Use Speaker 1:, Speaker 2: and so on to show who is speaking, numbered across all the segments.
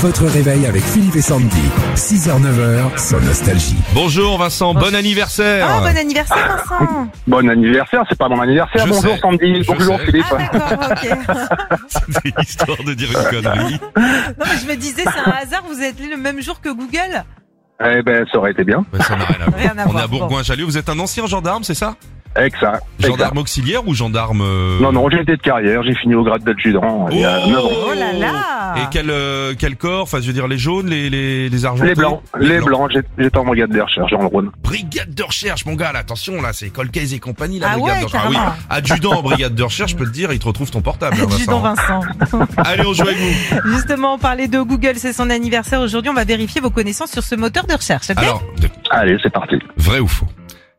Speaker 1: Votre réveil avec Philippe et Sandy. 6h-9h sur Nostalgie.
Speaker 2: Bonjour Vincent, bon anniversaire.
Speaker 3: Ah, bon anniversaire,
Speaker 2: Ah,
Speaker 3: Vincent
Speaker 4: Bon anniversaire, c'est pas mon anniversaire.
Speaker 2: Je
Speaker 4: Bonjour
Speaker 2: sais,
Speaker 4: Sandy,
Speaker 2: je
Speaker 4: bonjour
Speaker 2: sais.
Speaker 4: Philippe.
Speaker 3: Ah, d'accord, ok. bah-
Speaker 2: C'était histoire de dire une connerie.
Speaker 3: Non, mais je me disais, c'est un hasard, vous êtes né le même jour que Google
Speaker 4: eh ben, ça aurait été bien.
Speaker 2: Ouais, ça n'a rien à voir.
Speaker 3: Rien à
Speaker 2: On est
Speaker 3: voir,
Speaker 2: à Bourgoin-Jallieu. Vous êtes un ancien gendarme, c'est ça
Speaker 4: Avec ça. avec ça.
Speaker 2: Gendarme auxiliaire ou gendarme euh,
Speaker 4: Non, non, j'ai été de carrière, j'ai fini au grade d'adjudant il y a
Speaker 2: Oh
Speaker 4: 9 ans.
Speaker 3: Oh là là
Speaker 2: Et quel, euh, quel corps Enfin, je veux dire, les jaunes, les, les, les argentés
Speaker 4: Les blancs, les blancs, j'ai- j'étais en brigade de recherche dans le Rhône.
Speaker 2: Brigade de recherche, mon gars, là, attention, là, c'est Colcaise et compagnie, la
Speaker 3: Ah
Speaker 2: brigade
Speaker 3: ouais,
Speaker 2: de recherche.
Speaker 3: carrément.
Speaker 2: adjudant en brigade de recherche, je peux te dire, il te retrouve ton portable, hein,
Speaker 3: Dis donc,
Speaker 2: Vincent.
Speaker 3: Vincent.
Speaker 2: Allez, on joue avec vous.
Speaker 3: Justement, on parlait de Google, c'est son anniversaire aujourd'hui. On va vérifier vos connaissances sur ce moteur de recherche, ok
Speaker 2: Alors, de-
Speaker 4: Allez, c'est parti.
Speaker 2: vrai ou faux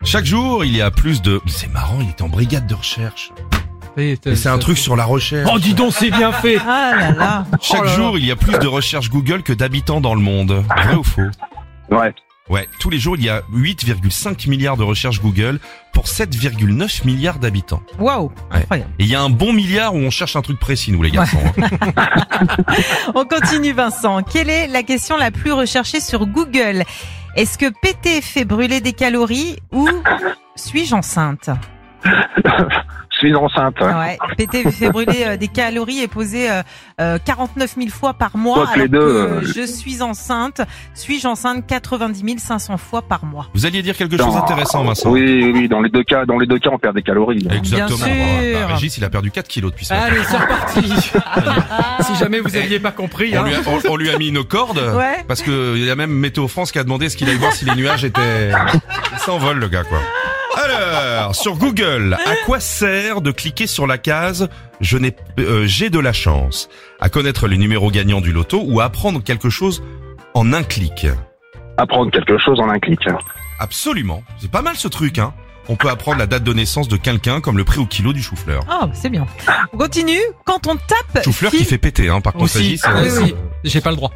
Speaker 2: Chaque jour, il y a plus de... C'est marrant, il est en brigade de recherche. Et c'est un truc sur la recherche.
Speaker 5: Oh, dis donc, c'est bien fait.
Speaker 3: Ah là là
Speaker 2: Chaque
Speaker 5: Oh là là.
Speaker 2: jour, il y a plus de recherches Google que d'habitants dans le monde. Vrai ou faux
Speaker 4: Ouais.
Speaker 2: Ouais, tous les jours, il y a 8,5 milliards de recherches Google pour 7,9 milliards d'habitants.
Speaker 3: Waouh
Speaker 2: Ouais.
Speaker 3: Incroyable.
Speaker 2: Et il y a un bon milliard où on cherche un truc précis, nous les garçons. hein.
Speaker 3: On continue, Vincent. Quelle est la question la plus recherchée sur Google Est-ce que péter fait brûler des calories ou suis-je enceinte
Speaker 4: Je suis enceinte. hein.
Speaker 3: Ouais, péter fait brûler euh, des calories et poser euh, euh, 49 000 fois par mois.
Speaker 4: Quoique les
Speaker 3: alors
Speaker 4: deux,
Speaker 3: que, euh,
Speaker 4: euh,
Speaker 3: je suis enceinte. Suis-je enceinte 90 500 fois par mois
Speaker 2: Vous alliez dire quelque chose
Speaker 4: Dans-
Speaker 2: d'intéressant, Vincent.
Speaker 4: Oui, oui, oui, dans les deux cas, dans les deux cas, on perd des calories.
Speaker 2: Exactement.
Speaker 3: Bien sûr.
Speaker 2: Bah, Régis, il a perdu 4 kilos depuis ça.
Speaker 5: Allez, c'est reparti. si jamais vous aviez pas compris,
Speaker 2: On
Speaker 5: hein.
Speaker 2: lui, a, on- on lui a mis nos cordes.
Speaker 3: Ouais.
Speaker 2: Parce que il y a même Météo France qui a demandé ce qu'il allait voir si les nuages étaient... Il s'envole, le gars, quoi. Alors, sur Google, à quoi sert de cliquer sur la case « Je n'ai, euh, j'ai de la chance » à connaître les numéros gagnants du loto ou à apprendre quelque chose en un clic
Speaker 4: Apprendre quelque chose en un clic. hein.
Speaker 2: Absolument. C'est pas mal ce truc, hein. On peut apprendre la date de naissance de quelqu'un comme le prix au kilo du
Speaker 5: Euh,
Speaker 2: chou-fleur.
Speaker 3: Oh, c'est bien. On continue. Quand on tape,
Speaker 2: Chou-fleur qui
Speaker 3: Phil-
Speaker 2: fait péter, hein. Par contre, ça
Speaker 5: Aussi,
Speaker 2: dit, c'est-
Speaker 5: oui,
Speaker 2: c'est-
Speaker 5: oui. J'ai pas le droit.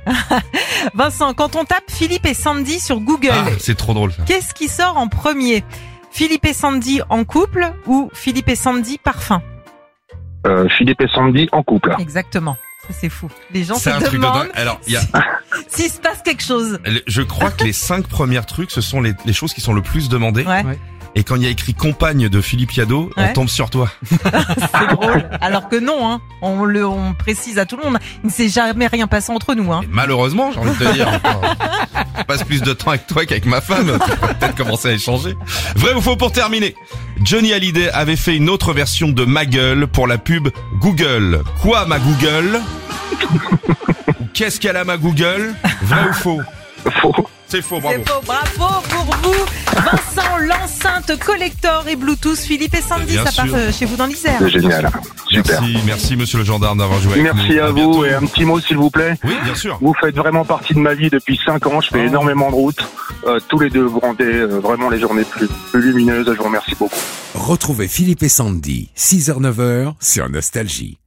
Speaker 3: Vincent, quand on tape Philippe et Sandy sur Google,
Speaker 2: Ah, c'est trop drôle. ça.
Speaker 3: qu'est-ce qui sort en premier Philippe et Sandy en couple ou Philippe et Sandy parfum
Speaker 4: Euh, Philippe et Sandy en couple. hein.
Speaker 3: Exactement. Ça, c'est fou. Les gens
Speaker 2: Ah. C'est un
Speaker 3: se
Speaker 2: truc de
Speaker 3: demandent
Speaker 2: dingue. Alors, il y a,
Speaker 3: s'il se passe quelque chose.
Speaker 2: je crois que les cinq premières trucs, ce sont les, les choses qui sont le plus demandées.
Speaker 3: Ouais.
Speaker 5: Ouais.
Speaker 2: Et quand il y a écrit compagne de Philippe Yado, on
Speaker 3: Ouais.
Speaker 2: tombe sur toi.
Speaker 3: C'est drôle. Alors que non, hein. on le on précise à tout le monde, il ne s'est jamais rien passé entre nous. Hein.
Speaker 2: Et malheureusement, j'ai envie de te dire. je passe plus de temps avec toi qu'avec ma femme. Tu peux peut-être commencer à échanger. Vrai ou faux pour terminer Johnny Hallyday avait fait une autre version de Ma gueule pour la pub Google. Quoi ma Google Ou Qu'est-ce qu'elle a ma Google Vrai ou faux
Speaker 4: Faux.
Speaker 2: C'est faux, bravo.
Speaker 3: C'est faux, bravo pour vous Vincent, l'enceinte collector et Bluetooth, Philippe et Sandy,
Speaker 2: Bien
Speaker 3: ça part
Speaker 2: sûr.
Speaker 3: euh, chez vous dans l'Isère.
Speaker 4: C'est génial. Super.
Speaker 2: Merci, merci monsieur le gendarme d'avoir joué avec
Speaker 4: Merci
Speaker 2: nous.
Speaker 4: à
Speaker 2: bientôt.
Speaker 4: vous et un petit mot s'il vous plaît.
Speaker 2: Oui, bien sûr.
Speaker 4: Vous faites vraiment partie de ma vie depuis 5 ans. Je fais énormément de routes. Euh, tous les deux, vous rendez euh, vraiment les journées plus, plus lumineuses. Je vous remercie beaucoup.
Speaker 1: Retrouvez Philippe et Sandy. 6h-9h sur Nostalgie.